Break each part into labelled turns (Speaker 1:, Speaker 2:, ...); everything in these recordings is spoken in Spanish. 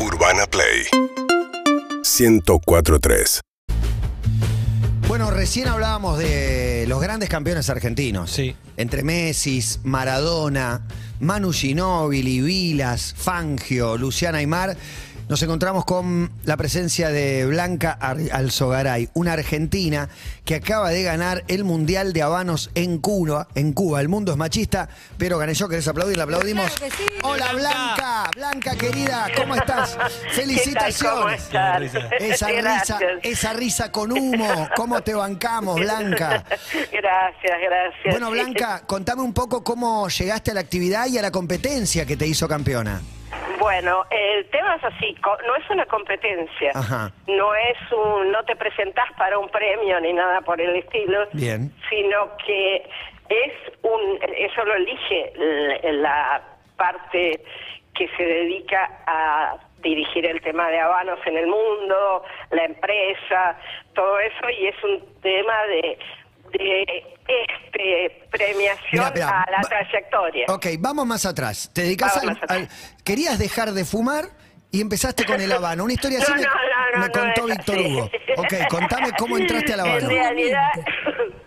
Speaker 1: Urbana Play 1043.
Speaker 2: Bueno, recién hablábamos de los grandes campeones argentinos.
Speaker 3: Sí.
Speaker 2: Entre Messi, Maradona, Manu Ginóbili, Vilas, Fangio, Luciana Aymar. Nos encontramos con la presencia de Blanca Ar- Alzogaray, una argentina que acaba de ganar el Mundial de Habanos en Cuba. En Cuba, el mundo es machista, pero gané yo, ¿querés aplaudir? La aplaudimos.
Speaker 4: Claro que sí.
Speaker 2: Hola Blanca, Blanca querida, ¿cómo estás? Felicitaciones.
Speaker 5: ¿Qué tal? ¿Cómo estás?
Speaker 2: Esa risa,
Speaker 5: gracias.
Speaker 2: esa risa con humo, ¿cómo te bancamos, Blanca?
Speaker 5: Gracias, gracias.
Speaker 2: Bueno, Blanca, contame un poco cómo llegaste a la actividad y a la competencia que te hizo campeona.
Speaker 5: Bueno, el tema es así, co- no es una competencia.
Speaker 2: Ajá.
Speaker 5: No es un no te presentás para un premio ni nada por el estilo.
Speaker 2: Bien.
Speaker 5: Sino que es un eso lo elige l- la parte que se dedica a dirigir el tema de habanos en el mundo, la empresa, todo eso y es un tema de de este premiación
Speaker 2: Mirá, mirá,
Speaker 5: a la
Speaker 2: va-
Speaker 5: trayectoria.
Speaker 2: Ok, vamos más atrás. Te dedicás al,
Speaker 5: Vamos más atrás.
Speaker 2: al- Querías dejar de fumar y empezaste con el habano. Una historia así
Speaker 5: No,
Speaker 2: me,
Speaker 5: no, no, no,
Speaker 2: me
Speaker 5: no
Speaker 2: contó
Speaker 5: es
Speaker 2: Víctor
Speaker 5: así.
Speaker 2: Hugo. Ok, contame cómo entraste al habano.
Speaker 5: En realidad,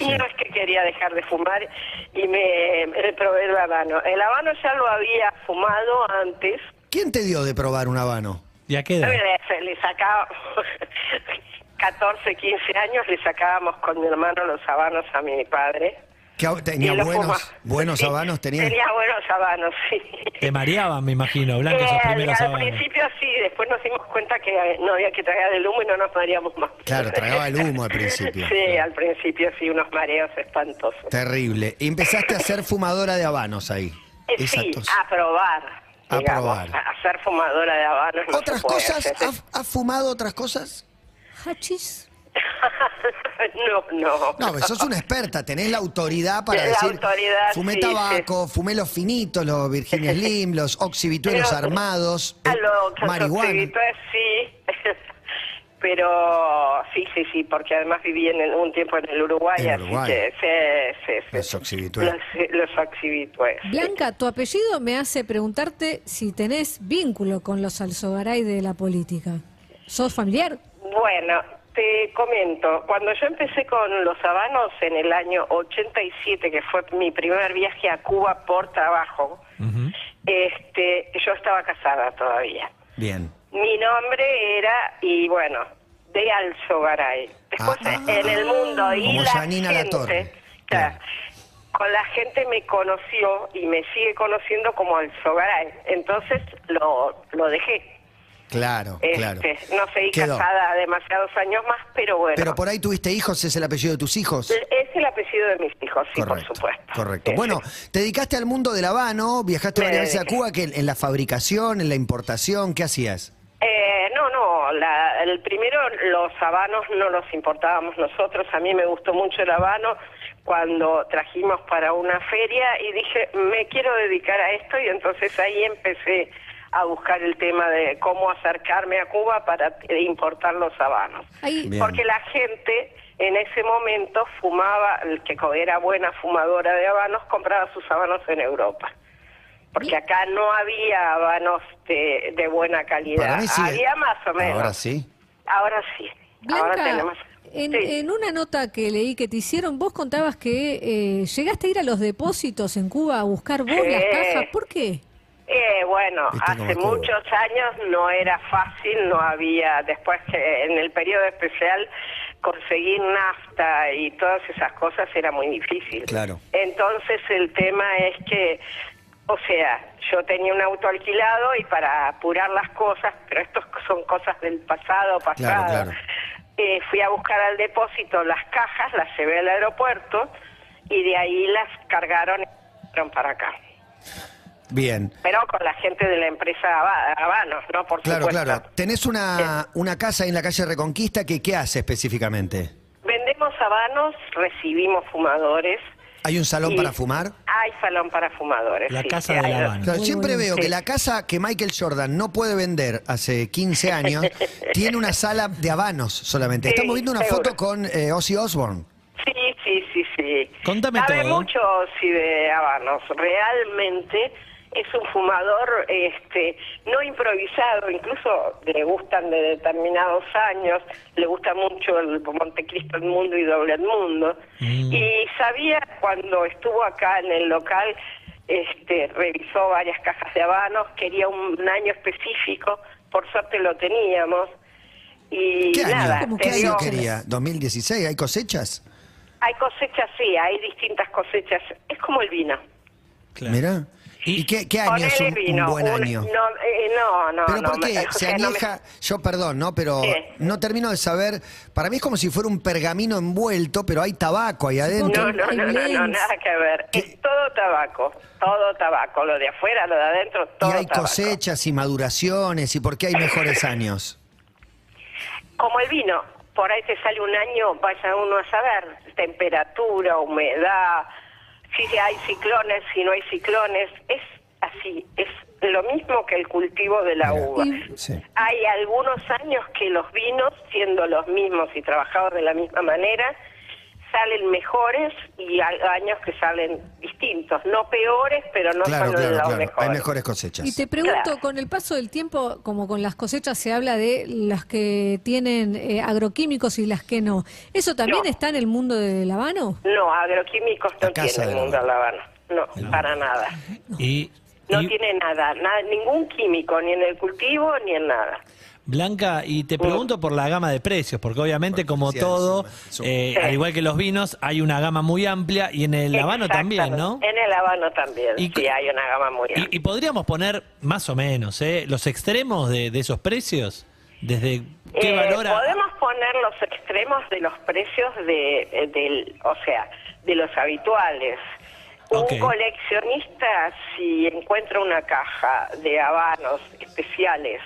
Speaker 5: no es que quería dejar de fumar y me, me probé el habano. El habano ya lo había fumado antes.
Speaker 2: ¿Quién te dio de probar un habano?
Speaker 3: ¿Y a qué edad?
Speaker 5: Le, le sacaba 14, 15 años, le sacábamos con mi hermano los habanos a mi padre.
Speaker 2: Que ab-
Speaker 5: Y
Speaker 2: tenía
Speaker 5: lo
Speaker 2: buenos,
Speaker 5: fuma-
Speaker 2: buenos
Speaker 5: Sí,
Speaker 2: habanos, tenía.
Speaker 5: Tenía buenos habanos, sí.
Speaker 3: Te mareaban, me imagino, Blanca,
Speaker 5: Eh,
Speaker 3: esos
Speaker 5: al,
Speaker 3: primeros
Speaker 5: al
Speaker 3: sábados.
Speaker 5: principio sí, después nos dimos cuenta que eh, no había que tragar el humo y no nos mareamos más.
Speaker 2: Claro, tragaba el humo al principio.
Speaker 5: Sí, al principio sí, unos mareos espantosos.
Speaker 2: Terrible. Y Empezaste a ser fumadora de habanos ahí.
Speaker 5: Eh, sí,
Speaker 2: Exacto.
Speaker 5: a probar.
Speaker 2: A
Speaker 5: digamos,
Speaker 2: probar.
Speaker 5: A, a ser fumadora de habanos. no
Speaker 2: ¿Otras
Speaker 5: se puede
Speaker 2: cosas?
Speaker 5: hacer.
Speaker 2: ¿Has has fumado otras cosas?
Speaker 4: Hachís.
Speaker 5: no, no.
Speaker 2: No, pues pero sos una experta, tenés la autoridad para
Speaker 5: La
Speaker 2: decir.
Speaker 5: autoridad,
Speaker 2: fumé
Speaker 5: sí,
Speaker 2: tabaco, fumé los finitos, los Virginia Slim, los oxibituelos
Speaker 5: Pero- ah,
Speaker 2: armados,
Speaker 5: A
Speaker 2: eh,
Speaker 5: lo que
Speaker 2: marihuana.
Speaker 5: suscribitores, sí. Pero sí, sí, sí, porque además viví en el- un tiempo en el Uruguay,
Speaker 2: En
Speaker 5: así
Speaker 2: Uruguay.
Speaker 5: que sí, sí, sí.
Speaker 2: Los oxibituelos.
Speaker 5: Los, los oxibituelos, sí.
Speaker 4: Blanca, tu apellido me hace preguntarte si tenés vínculo con los Alzogaray de la política. ¿Sos familiar?
Speaker 5: Bueno, te comento, cuando yo empecé con los habanos en el año 87, que fue mi primer viaje a Cuba por trabajo, este, yo estaba casada todavía.
Speaker 2: Bien.
Speaker 5: Mi nombre era, y bueno, de Alzogaray. Después
Speaker 2: Ah, ah,
Speaker 5: en el mundo y
Speaker 2: como
Speaker 5: la
Speaker 2: Janina
Speaker 5: gente,
Speaker 2: Latorre.
Speaker 5: claro,
Speaker 2: Claro.
Speaker 5: con la gente me conoció y me sigue conociendo como Alzogaray. Entonces lo, lo dejé.
Speaker 2: Claro,
Speaker 5: Este,
Speaker 2: claro.
Speaker 5: No seguí
Speaker 2: Quedó.
Speaker 5: casada demasiados años más, pero bueno.
Speaker 2: Pero por ahí tuviste hijos, es el apellido de tus hijos.
Speaker 5: Es el apellido de mis hijos, sí, por supuesto.
Speaker 2: Correcto.
Speaker 5: Sí,
Speaker 2: Bueno,
Speaker 5: sí.
Speaker 2: te dedicaste al mundo del habano, viajaste
Speaker 5: Me
Speaker 2: varias veces a
Speaker 5: dediqué.
Speaker 2: Cuba, que en, en la fabricación, en la importación, ¿qué hacías?
Speaker 5: Eh, no, no, la- el primero los habanos no los importábamos nosotros, a mí me gustó mucho el habano cuando trajimos para una feria y dije, me quiero dedicar a esto y entonces ahí empecé a buscar el tema de cómo acercarme a Cuba para eh, importar los habanos.
Speaker 4: Ahí,
Speaker 2: Bien.
Speaker 5: Porque la gente en ese momento fumaba, el que co- era buena fumadora de habanos, compraba sus habanos en Europa. Porque
Speaker 4: Bien.
Speaker 5: acá no había habanos de, de buena calidad.
Speaker 2: Para mí sí. ¿eh?
Speaker 5: Había más o menos.
Speaker 2: Ahora sí.
Speaker 5: Ahora sí. Ahora
Speaker 4: Blanca,
Speaker 5: tenemos.
Speaker 4: en,
Speaker 5: Sí.
Speaker 4: en una nota que leí que te hicieron, vos contabas que eh, llegaste a ir a los depósitos en Cuba a buscar vos
Speaker 5: Sí.
Speaker 4: las cajas. ¿Por qué?
Speaker 5: Eh, bueno,
Speaker 2: Viste cómo
Speaker 5: hace
Speaker 2: estuvo.
Speaker 5: muchos años no era fácil, no había, después que en el periodo especial conseguir nafta y todas esas cosas era muy difícil.
Speaker 2: Claro.
Speaker 5: Entonces el tema es que, o sea, yo tenía un auto alquilado y para apurar las cosas, pero estos son cosas del pasado, pasado.
Speaker 2: claro.
Speaker 5: Eh, fui a buscar al depósito las cajas, las llevé al aeropuerto y de ahí las cargaron y fueron para acá.
Speaker 2: Bien.
Speaker 5: Pero con la gente de la empresa Haba- Habanos, ¿no? Por
Speaker 2: Claro,
Speaker 5: supuesto.
Speaker 2: claro. Tenés una, una casa ahí en la calle Reconquista que ¿qué hace específicamente?
Speaker 5: Vendemos Habanos, recibimos fumadores.
Speaker 2: ¿Hay un salón
Speaker 5: y
Speaker 2: para fumar?
Speaker 5: Hay salón para fumadores.
Speaker 3: La
Speaker 5: sí,
Speaker 3: casa
Speaker 5: que
Speaker 3: de
Speaker 5: hay-
Speaker 3: La Habana.
Speaker 2: Claro,
Speaker 4: Muy
Speaker 2: siempre
Speaker 4: bueno.
Speaker 2: veo
Speaker 5: Sí.
Speaker 2: que la casa que Michael Jordan no puede vender hace 15 años tiene una sala de habanos solamente.
Speaker 5: Sí,
Speaker 2: Estamos viendo una
Speaker 5: seguro.
Speaker 2: foto con eh, Ozzy Osbourne.
Speaker 5: Sí, sí, sí, sí.
Speaker 3: Contame
Speaker 5: Sabe
Speaker 3: todo.
Speaker 5: mucho, sí, de Habanos. Realmente es un fumador este, no improvisado, incluso le gustan de determinados años, le gusta mucho el Montecristo, el mundo y doble el mundo. Y sabía cuando estuvo acá en el local, este, revisó varias cajas de habanos, quería un, un año específico, por suerte lo teníamos. Y
Speaker 2: ¿Qué
Speaker 5: nada,
Speaker 2: año?
Speaker 4: ¿Cómo
Speaker 5: te
Speaker 2: ¿Qué
Speaker 5: digo,
Speaker 2: año quería? ¿2016? ¿Hay cosechas?
Speaker 5: hay cosechas, sí, hay distintas cosechas. Es como el vino.
Speaker 3: Claro.
Speaker 2: Mirá. ¿Y qué, qué año es
Speaker 5: Ponele
Speaker 2: un, un
Speaker 5: vino,
Speaker 2: buen
Speaker 5: un-
Speaker 2: año?
Speaker 5: No, eh, no, no.
Speaker 2: Pero
Speaker 5: no,
Speaker 2: ¿por qué
Speaker 5: me- o
Speaker 2: se
Speaker 5: sea, no me-
Speaker 2: añeja? Yo perdón, ¿no? Pero
Speaker 5: Sí.
Speaker 2: no termino de saber. Para mí es como si fuera un pergamino envuelto, pero hay tabaco ahí adentro.
Speaker 5: No, no, no, no, no, nada que ver. Es todo tabaco, todo tabaco, lo de afuera, lo de adentro, todo
Speaker 2: y hay
Speaker 5: tabaco.
Speaker 2: cosechas y maduraciones. ¿Y por qué hay mejores años?
Speaker 5: Como el vino, por ahí te sale un año, vaya uno a saber, temperatura, humedad, si hay ciclones, si no hay ciclones, es así, es lo mismo que el cultivo de la
Speaker 2: Mira.
Speaker 5: uva.
Speaker 4: Y-
Speaker 2: Sí.
Speaker 5: Hay algunos años que los vinos, siendo los mismos y trabajados de la misma manera, salen mejores y hay años que salen distintos, no peores, pero no
Speaker 2: claro,
Speaker 5: salen de
Speaker 2: claro,
Speaker 5: los
Speaker 2: claro. Hay
Speaker 5: mejores.
Speaker 2: mejores cosechas.
Speaker 4: Y te pregunto,
Speaker 5: Claro.
Speaker 4: con el paso del tiempo, como con las cosechas se habla de las que tienen eh, agroquímicos y las que no. ¿Eso también
Speaker 5: No.
Speaker 4: está en el mundo del habano?
Speaker 5: No, agroquímicos
Speaker 2: La
Speaker 5: no
Speaker 2: casa
Speaker 5: tiene el
Speaker 2: de la
Speaker 5: mundo de La Habana, no, para nada.
Speaker 3: Y,
Speaker 5: No
Speaker 3: y,
Speaker 5: tiene nada, nada, ningún químico, ni en el cultivo, ni en nada.
Speaker 3: Blanca, y
Speaker 5: Mm.
Speaker 3: te pregunto por la gama de precios, porque obviamente como
Speaker 2: Porque sí,
Speaker 3: todo,
Speaker 2: encima, suma.
Speaker 3: eh,
Speaker 5: Sí.
Speaker 3: al igual que los vinos, hay una gama muy amplia y en el Habano también, ¿no?
Speaker 5: Exactamente. En el Habano también,
Speaker 3: Y-
Speaker 5: sí, hay una gama muy amplia.
Speaker 3: Y, y podríamos poner más o menos ¿eh? los extremos de, de esos precios, desde qué
Speaker 5: Eh,
Speaker 3: valora...
Speaker 5: Podemos poner los extremos de los precios de, eh, del, o sea, de los habituales.
Speaker 3: Ok.
Speaker 5: Un coleccionista, si encuentra una caja de habanos especiales,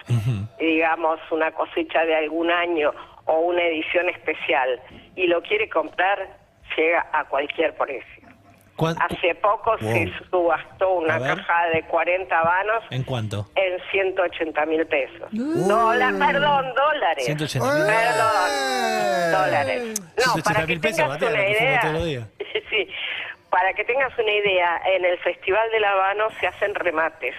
Speaker 5: digamos una cosecha de algún año o una edición especial, y lo quiere comprar, llega a cualquier precio.
Speaker 3: ¿Cuán-
Speaker 5: Hace poco se
Speaker 2: Wow.
Speaker 5: subastó una
Speaker 3: A ver.
Speaker 5: caja de 40 habanos
Speaker 3: ¿En cuánto?
Speaker 5: en 180 mil pesos. Dólar- perdón, dólares.
Speaker 3: 180 mil.
Speaker 5: Perdón, dólares. No,
Speaker 3: 180
Speaker 5: para que
Speaker 3: mil pesos,
Speaker 5: tengas
Speaker 3: Mateo,
Speaker 5: una
Speaker 3: lo que fuimos
Speaker 5: idea.
Speaker 3: todos los días.
Speaker 5: sí, para que tengas una idea, en el Festival de La Habana se hacen remates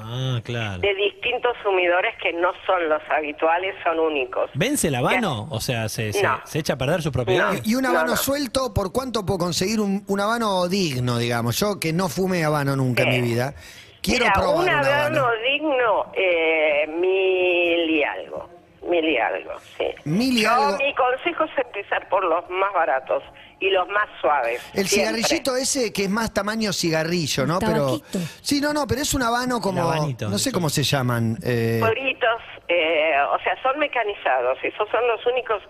Speaker 3: Ah, claro.
Speaker 5: de distintos sumidores que no son los habituales, son únicos.
Speaker 3: ¿Vence el Habano? O sea, ¿se, se,
Speaker 5: No.
Speaker 3: se echa a perder su propiedad?
Speaker 5: No.
Speaker 2: Y un habano
Speaker 5: No, no.
Speaker 2: suelto, ¿por cuánto puedo conseguir un, un habano digno, digamos? Yo que no fumé habano nunca en
Speaker 5: Sí.
Speaker 2: mi vida. Quiero
Speaker 5: Mira,
Speaker 2: probar
Speaker 5: un
Speaker 2: un habano.
Speaker 5: habano digno, eh, mil y algo. Mil y algo, sí.
Speaker 2: Mil y
Speaker 5: Yo,
Speaker 2: algo.
Speaker 5: Mi consejo es empezar por los más baratos y los más suaves.
Speaker 2: El
Speaker 5: siempre.
Speaker 2: cigarrillito ese que es más tamaño cigarrillo, ¿no?
Speaker 4: El
Speaker 2: Pero
Speaker 4: tabaquito.
Speaker 2: Sí, no, no, pero es un habano como
Speaker 3: El habanito,
Speaker 2: no
Speaker 3: de
Speaker 2: sé
Speaker 3: hecho.
Speaker 2: cómo se llaman. eh,
Speaker 5: Pueblitos, eh, o sea, son mecanizados. Esos son los únicos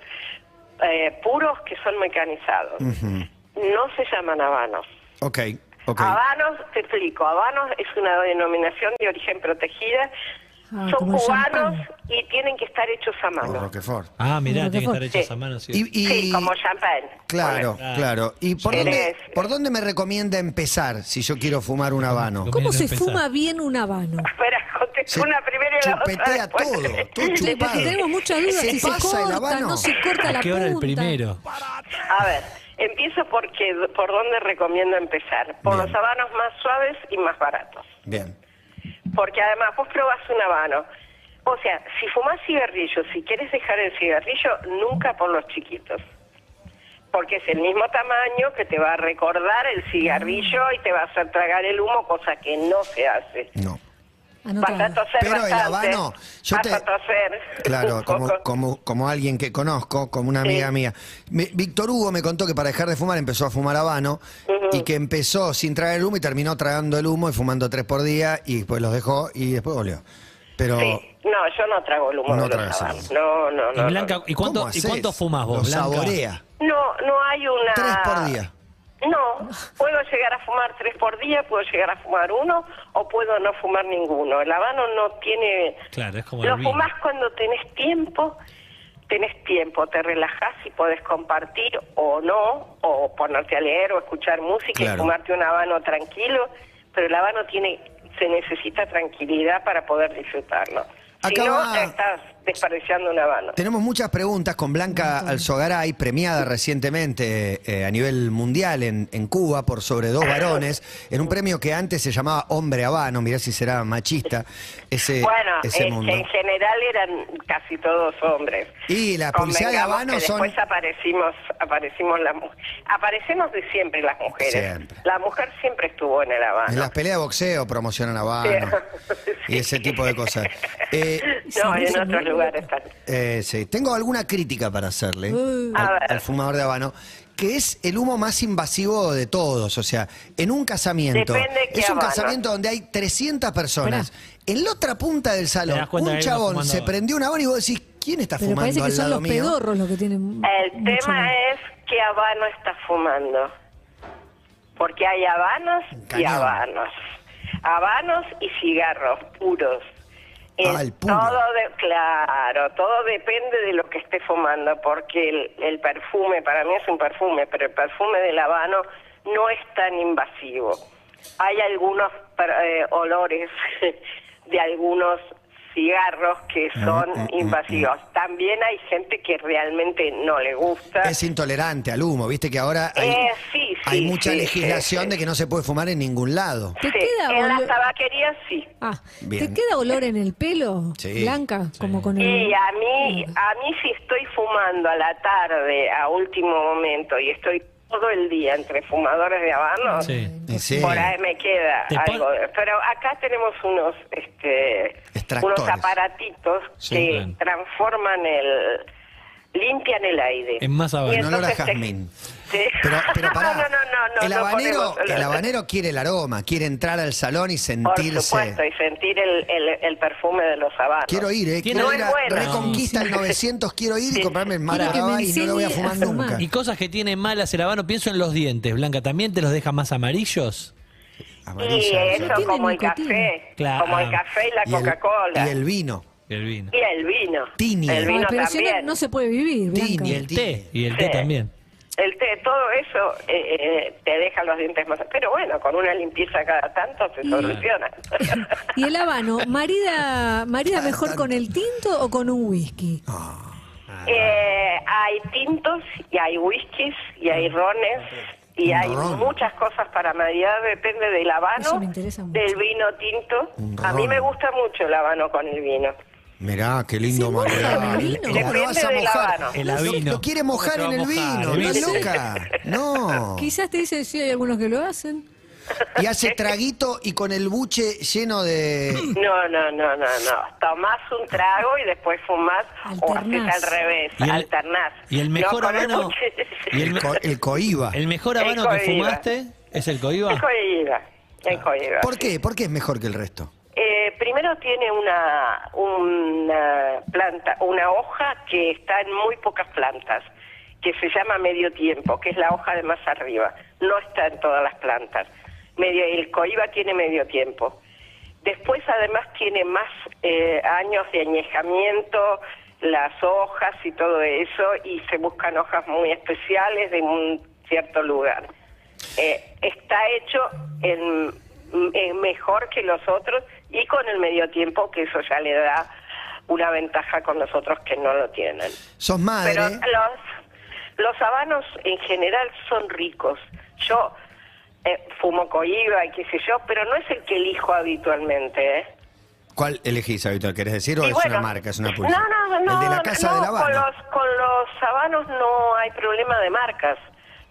Speaker 5: eh, puros que son mecanizados. No se llaman habanos.
Speaker 2: ok, ok.
Speaker 5: Habanos, te explico, habanos es una denominación de origen protegida.
Speaker 4: Ah,
Speaker 5: son
Speaker 4: como el
Speaker 5: cubanos
Speaker 4: champán.
Speaker 5: y tienen que estar hechos a
Speaker 2: O
Speaker 5: mano.
Speaker 2: Roquefort.
Speaker 3: Ah, mirá,
Speaker 4: Lo que
Speaker 3: tiene que
Speaker 4: fue.
Speaker 3: estar hechos
Speaker 5: Sí.
Speaker 3: a mano. Sí.
Speaker 2: Y, y-
Speaker 5: Sí, como champán.
Speaker 2: claro,
Speaker 3: Claro.
Speaker 2: claro. ¿Y por dónde,
Speaker 5: Eres-
Speaker 2: por dónde me recomienda empezar si yo quiero fumar un habano?
Speaker 3: Lo
Speaker 4: ¿Cómo
Speaker 3: que
Speaker 4: se
Speaker 3: pensás.
Speaker 4: fuma bien un habano?
Speaker 5: Espera, contesto
Speaker 2: Se
Speaker 5: una primera y la otra.
Speaker 2: chupetea
Speaker 5: después.
Speaker 2: todo, todo
Speaker 4: Sí,
Speaker 2: chupado.
Speaker 4: Porque tenemos muchas dudas,
Speaker 2: ¿Se
Speaker 4: si se
Speaker 2: pasa el
Speaker 4: corta,
Speaker 2: habano?
Speaker 4: no se corta la
Speaker 3: ¿A qué hora el
Speaker 4: punta.
Speaker 3: primero?
Speaker 5: A ver, empiezo porque, por dónde recomiendo empezar. Por
Speaker 2: Bien.
Speaker 5: los habanos más suaves y más baratos.
Speaker 2: Bien.
Speaker 5: Porque además vos probás un habano. O sea, si fumás cigarrillo, si quieres dejar el cigarrillo, nunca por los chiquitos. Porque es el mismo tamaño que te va a recordar el
Speaker 2: Mm.
Speaker 5: cigarrillo y te vas a tragar el humo, cosa que no se hace.
Speaker 2: No.
Speaker 5: Vas a
Speaker 4: Anotada.
Speaker 5: toser
Speaker 2: Pero el
Speaker 5: bastante.
Speaker 2: habano, yo
Speaker 5: vas
Speaker 2: te-
Speaker 5: a toser.
Speaker 2: Claro,
Speaker 5: un
Speaker 2: como,
Speaker 5: poco.
Speaker 2: como, como alguien que conozco, como una amiga
Speaker 5: Sí.
Speaker 2: mía. Me- Víctor Hugo me contó que para dejar de fumar empezó a fumar habano y que empezó sin traer el humo y terminó tragando el humo y fumando tres por día y después los dejó y después volvió. Pero
Speaker 5: Sí. No, yo no trago el humo
Speaker 2: No
Speaker 5: de los
Speaker 2: tragas el
Speaker 5: habanos.
Speaker 2: humo.
Speaker 5: No, no,
Speaker 3: Y
Speaker 5: no.
Speaker 3: Blanca, ¿y cuánto,
Speaker 2: ¿cómo
Speaker 3: ¿y cuánto
Speaker 2: haces?
Speaker 3: fumas
Speaker 2: Lo
Speaker 3: vos, Blanca?
Speaker 2: saborea.
Speaker 5: No, no hay una...
Speaker 2: Tres por día.
Speaker 5: No, puedo llegar a fumar tres por día, puedo llegar a fumar uno o puedo no fumar ninguno. El habano no tiene...
Speaker 3: Claro, es como
Speaker 5: Lo
Speaker 3: el vino.
Speaker 5: fumás cuando tenés tiempo, tenés tiempo, te relajás y podés compartir o no, o ponerte a leer o escuchar música
Speaker 2: Claro.
Speaker 5: y fumarte un habano tranquilo, pero el habano tiene, se necesita tranquilidad para poder disfrutarlo. Si
Speaker 2: Acá
Speaker 5: no,
Speaker 2: va-
Speaker 5: estás desperdiciando un habano.
Speaker 2: Tenemos muchas preguntas con Blanca Alzogaray, premiada recientemente eh, a nivel mundial en, en Cuba por sobre dos varones, en un premio que antes se llamaba Hombre Habano, mirá si será machista ese,
Speaker 5: bueno,
Speaker 2: eh,
Speaker 5: eh,
Speaker 2: ese
Speaker 5: es
Speaker 2: mundo.
Speaker 5: que en general eran casi todos hombres.
Speaker 2: Y la publicidad de
Speaker 5: Convengamos
Speaker 2: Habano
Speaker 5: que
Speaker 2: son-
Speaker 5: Después aparecimos, aparecimos las mu- aparecemos de siempre las mujeres.
Speaker 2: Siempre.
Speaker 5: La mujer siempre estuvo en el Habano.
Speaker 2: En las peleas de boxeo promocionan Habano
Speaker 5: Sí.
Speaker 2: y ese tipo de cosas. Eh,
Speaker 5: No, en otros lugares también.
Speaker 2: Eh, sí, tengo alguna crítica para hacerle
Speaker 4: Uh.
Speaker 5: A
Speaker 2: al,
Speaker 5: ver.
Speaker 2: al fumador de habano, que es el humo más invasivo de todos. O sea, en un casamiento,
Speaker 5: Depende qué
Speaker 2: es un
Speaker 5: habano.
Speaker 2: casamiento donde hay 300 personas. En la otra punta del
Speaker 3: Te
Speaker 2: salón,
Speaker 3: das cuenta
Speaker 2: un
Speaker 3: que hay uno
Speaker 2: chabón
Speaker 3: fumando
Speaker 2: se
Speaker 3: habano.
Speaker 2: prendió un habano y vos decís, ¿quién está
Speaker 4: Pero
Speaker 2: fumando
Speaker 4: parece que
Speaker 2: al
Speaker 4: son
Speaker 2: lado
Speaker 4: los
Speaker 2: mío?
Speaker 4: pedorros los que tienen.
Speaker 5: El
Speaker 4: mucho
Speaker 5: tema
Speaker 4: más.
Speaker 5: es qué habano está fumando. Porque hay habanos y
Speaker 2: Cañón.
Speaker 5: habanos. Habanos y cigarros puros.
Speaker 2: Ah,
Speaker 5: Es
Speaker 2: el puro.
Speaker 5: Todo de- claro, todo depende de lo que esté fumando, porque el, el perfume, para mí es un perfume, pero el perfume del habano no es tan invasivo. Hay algunos per- eh, olores de algunos cigarros que son
Speaker 2: mm, mm, mm.
Speaker 5: invasivos. También hay gente que realmente no le gusta.
Speaker 2: Es intolerante al humo, viste que ahora hay,
Speaker 5: Eh, sí, sí,
Speaker 2: hay mucha
Speaker 5: sí,
Speaker 2: legislación
Speaker 5: sí, sí.
Speaker 2: de que no se puede fumar en ningún lado.
Speaker 4: ¿Te
Speaker 5: Sí,
Speaker 4: queda
Speaker 5: en
Speaker 4: olor-
Speaker 5: las tabaquerías sí.
Speaker 4: Ah,
Speaker 2: Bien.
Speaker 4: ¿te queda olor en el pelo?
Speaker 2: Sí.
Speaker 4: Blanca, como
Speaker 3: Mm.
Speaker 4: con el.
Speaker 5: Y a mí, a mí si estoy fumando a la tarde, a último momento, y estoy todo el día entre fumadores de habano,
Speaker 3: Sí.
Speaker 2: Y sí,
Speaker 5: por ahí me queda
Speaker 3: Te pon-
Speaker 5: algo. de- Pero acá tenemos unos, este,
Speaker 2: Extractores.
Speaker 5: unos aparatitos
Speaker 3: Sí,
Speaker 5: que
Speaker 3: claro.
Speaker 5: transforman el limpian el aire.
Speaker 3: En más habano.
Speaker 5: Y
Speaker 2: En olor a
Speaker 5: entonces te-
Speaker 2: jazmín.
Speaker 5: Sí.
Speaker 2: Pero, pero pará,
Speaker 5: no, no, no, no,
Speaker 2: el,
Speaker 5: no
Speaker 2: habanero,
Speaker 5: podemos-
Speaker 2: el habanero quiere el aroma, quiere entrar al salón y
Speaker 5: Por
Speaker 2: sentirse.
Speaker 5: supuesto, y sentir el, el, el perfume de los habanos.
Speaker 2: Quiero ir, ¿eh?
Speaker 3: Tiene-
Speaker 2: Quiero
Speaker 3: No
Speaker 2: ir
Speaker 5: es
Speaker 2: a
Speaker 5: bueno.
Speaker 2: Reconquista el 900, quiero ir y comprarme el
Speaker 4: Quiero que me
Speaker 2: Maracabá y no lo voy a
Speaker 4: enseñe a
Speaker 2: fumar
Speaker 4: fumar.
Speaker 2: nunca.
Speaker 3: Y cosas que tiene malas el habano, pienso en los dientes, Blanca, ¿también te los deja más amarillos?
Speaker 5: Y
Speaker 2: Amarilla,
Speaker 5: eso,
Speaker 4: No tiene
Speaker 5: como el
Speaker 4: nicotina.
Speaker 5: café,
Speaker 3: Claro.
Speaker 5: como el café y la
Speaker 2: y el-
Speaker 5: Coca-Cola.
Speaker 2: Y el vino.
Speaker 3: Y el vino.
Speaker 5: vino.
Speaker 2: Tini.
Speaker 5: El
Speaker 4: Ay,
Speaker 5: vino
Speaker 4: pero si no-
Speaker 5: también.
Speaker 4: no se puede vivir, Blanca.
Speaker 2: Tini,
Speaker 3: Y el té, y el té
Speaker 5: Sí.
Speaker 3: también.
Speaker 5: El té, todo eso eh, eh, te deja los dientes más. Pero bueno, con una limpieza cada tanto se
Speaker 4: Y-
Speaker 5: soluciona.
Speaker 4: ¿Y el habano? ¿Marida, marida mejor con el tinto o con un whisky?
Speaker 5: Eh, hay tintos y hay whiskies y hay rones y hay
Speaker 2: ron.
Speaker 5: muchas cosas para maridar, depende del
Speaker 4: Eso
Speaker 5: habano,
Speaker 4: me interesa mucho.
Speaker 5: del vino tinto.
Speaker 2: Un
Speaker 5: A mí
Speaker 2: ron.
Speaker 5: me gusta mucho el habano con el vino.
Speaker 2: Mirá, qué lindo
Speaker 4: Se moja
Speaker 2: maridar.
Speaker 4: el vino.
Speaker 2: ¿Cómo lo vas a
Speaker 5: Depende del
Speaker 2: mojar?
Speaker 5: habano.
Speaker 3: El
Speaker 2: Lo-
Speaker 3: habino.
Speaker 2: Lo quiere mojar
Speaker 3: No
Speaker 2: en
Speaker 3: te
Speaker 2: el
Speaker 3: va a
Speaker 2: vino.
Speaker 3: mojar,
Speaker 2: No es
Speaker 3: ¿viste?
Speaker 2: loca. No.
Speaker 4: Quizás te dicen sí, hay algunos que lo hacen.
Speaker 2: Y hace traguito y con el buche lleno de.
Speaker 5: No, no, no, no, no. Tomás un trago y después fumás o haces
Speaker 4: Alternás.
Speaker 5: al revés,
Speaker 3: Y el-
Speaker 5: alternás.
Speaker 3: y el
Speaker 5: No
Speaker 3: mejor
Speaker 5: con el
Speaker 3: habano-
Speaker 5: cuchillo.
Speaker 3: Y el
Speaker 2: El,
Speaker 3: me-
Speaker 2: co- el coiba.
Speaker 3: ¿El mejor
Speaker 5: El
Speaker 3: habano que
Speaker 5: cohiba.
Speaker 3: fumaste es el coiba?
Speaker 5: Es cohiba, es cohiba,
Speaker 2: ¿Por
Speaker 5: sí.
Speaker 2: qué? ¿Por qué es mejor que el resto?
Speaker 5: Eh, primero tiene una, una planta, una hoja que está en muy pocas plantas, que se llama medio tiempo, que es la hoja de más arriba. No está en todas las plantas. Medio, el coiba tiene medio tiempo. Después además tiene más eh, años de añejamiento, las hojas y todo eso, y se buscan hojas muy especiales de un cierto lugar. Eh, está hecho en, en mejor que los otros y con el medio tiempo, que eso ya le da una ventaja con los otros que no lo tienen.
Speaker 2: Sos madre.
Speaker 5: Pero los, los habanos en general son ricos. Yo eh, fumo cohiba y qué sé yo, pero no es el que elijo habitualmente. ¿eh?
Speaker 2: ¿Cuál elegís habitual? ¿Querés decir o
Speaker 5: Y
Speaker 2: es
Speaker 5: bueno,
Speaker 2: una marca, es una
Speaker 5: No,
Speaker 2: pulsa?
Speaker 5: no, no.
Speaker 2: El de la Casa
Speaker 5: no,
Speaker 2: de la
Speaker 5: Con
Speaker 2: Habana.
Speaker 5: los, con los habanos no hay problema de marcas,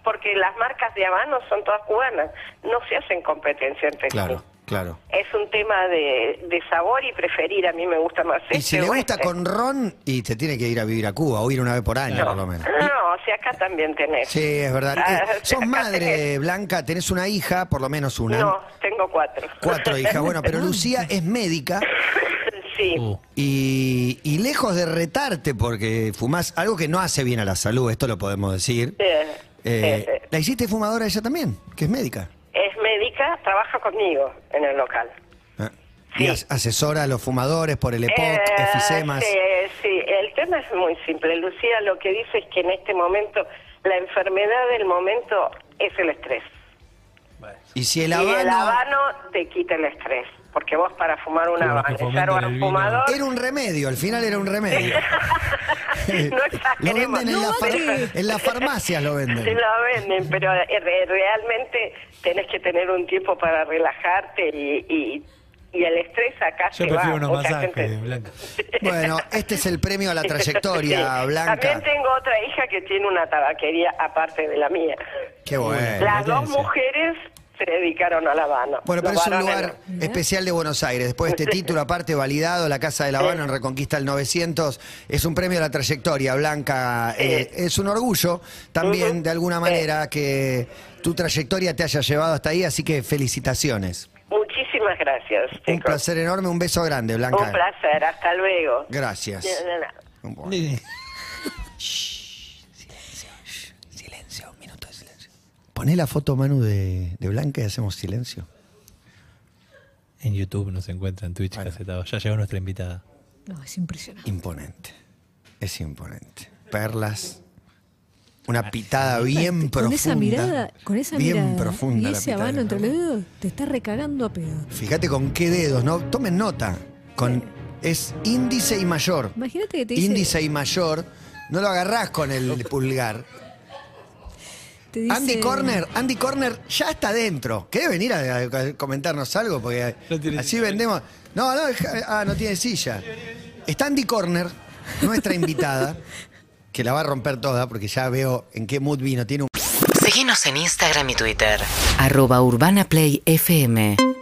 Speaker 5: porque las marcas de habanos son todas cubanas. No se hacen competencia entre
Speaker 2: Claro,
Speaker 5: sí.
Speaker 2: claro.
Speaker 5: Es un tema de, de sabor y preferir. A mí me gusta más
Speaker 2: Y
Speaker 5: este
Speaker 2: si le
Speaker 5: o
Speaker 2: gusta
Speaker 5: este.
Speaker 2: con ron, y te tiene que ir a vivir a Cuba o ir una vez por año, por lo menos.
Speaker 5: No, o sea, acá también tenés.
Speaker 2: Sí, es verdad.
Speaker 5: Ah,
Speaker 2: Eh,
Speaker 5: o sea,
Speaker 2: sos
Speaker 5: acá tenés-
Speaker 2: madre, Blanca, tenés una hija, por lo menos una.
Speaker 5: No, tengo cuatro.
Speaker 2: Cuatro hijas. Bueno, pero Lucía es médica
Speaker 5: sí.
Speaker 3: Uh,
Speaker 2: y, y lejos de retarte porque fumás algo que no hace bien a la salud, esto lo podemos decir.
Speaker 5: Sí,
Speaker 2: Eh,
Speaker 5: sí, sí.
Speaker 2: ¿La hiciste fumadora ella también, que es médica?
Speaker 5: Es médica, trabaja conmigo en el local.
Speaker 2: Ah.
Speaker 5: Sí.
Speaker 2: Y as- asesora a los fumadores por el EPOC,
Speaker 5: Eh,
Speaker 2: efisemas.
Speaker 5: Sí, sí, el tema es muy simple. Lucía lo que dice es que en este momento la enfermedad del momento es el estrés.
Speaker 2: Y si el
Speaker 5: y el
Speaker 2: habano,
Speaker 5: habano te quita el estrés. Porque vos para fumar una
Speaker 3: Como que fomentan
Speaker 5: habano,
Speaker 3: el
Speaker 5: un
Speaker 3: vino.
Speaker 5: fumador,
Speaker 2: Era un remedio, al final era un remedio.
Speaker 5: no
Speaker 2: lo
Speaker 5: exageremos.
Speaker 2: venden en,
Speaker 4: No,
Speaker 2: la far-
Speaker 4: hombre.
Speaker 2: en las farmacias, lo venden.
Speaker 5: Sí lo venden, pero eh, re- realmente tenés que tener un tiempo para relajarte y, y, y el estrés acá
Speaker 3: Yo
Speaker 5: se
Speaker 3: prefiero
Speaker 5: va.
Speaker 3: unos
Speaker 5: Mucha
Speaker 3: masajes,
Speaker 5: gente-
Speaker 3: Blanca.
Speaker 2: Bueno, este es el premio a la trayectoria,
Speaker 5: Sí.
Speaker 2: Blanca.
Speaker 5: También tengo otra hija que tiene una tabaquería aparte de la mía.
Speaker 2: Qué bueno.
Speaker 5: Las dos
Speaker 3: competencia.
Speaker 5: mujeres se dedicaron a La Habana.
Speaker 2: Bueno, pero
Speaker 5: Los
Speaker 2: es un
Speaker 5: varones
Speaker 2: lugar
Speaker 5: no. ¿Eh?
Speaker 4: no.
Speaker 2: especial de Buenos Aires. Después de este título, aparte validado, la Casa de La Habana en Reconquista el 900, es un premio a la trayectoria, Blanca. Eh, es un orgullo también,
Speaker 5: Ujú.
Speaker 2: de alguna
Speaker 5: Sí.
Speaker 2: manera, que tu trayectoria te haya llevado hasta ahí, así que felicitaciones.
Speaker 5: Muchísimas gracias.
Speaker 2: Un
Speaker 5: chicos.
Speaker 2: placer enorme, un beso grande, Blanca.
Speaker 5: Un placer. Hasta luego.
Speaker 2: Gracias.
Speaker 5: De nada.
Speaker 2: Bueno. Silencio, un minuto de silencio. Poné la foto, Manu, de, de Blanca y hacemos silencio.
Speaker 3: En YouTube nos encuentra, en Twitch, Cacetado. Ya llegó nuestra invitada.
Speaker 4: No, es impresionante.
Speaker 2: Imponente. Es imponente. Perlas. Una pitada bien profunda.
Speaker 4: Ah, Con esa mirada, con esa
Speaker 2: bien
Speaker 4: mirada ¿eh?
Speaker 2: profunda
Speaker 4: y
Speaker 2: la
Speaker 4: ese
Speaker 2: pitada
Speaker 4: habano
Speaker 2: de
Speaker 4: entre los
Speaker 2: Perlas.
Speaker 4: dedos, te está recagando a pedo.
Speaker 2: Fíjate con qué dedos, ¿no? Tomen nota. Con, es índice y mayor.
Speaker 4: Imagínate que te dice,
Speaker 2: Índice y mayor. No lo agarrás con el pulgar.
Speaker 4: te dice-
Speaker 2: Andy Corner, Andy Corner ya está dentro. ¿Querés venir a, a comentarnos algo? Porque
Speaker 3: No tiene
Speaker 2: así
Speaker 3: silla.
Speaker 2: vendemos. No, no, deja- ah, no tiene silla. Está Andy Corner, nuestra invitada, que la va a romper toda porque ya veo en qué mood vino. Tiene un
Speaker 1: Seguinos en Instagram y Twitter.
Speaker 6: arroba urbanaplayfm.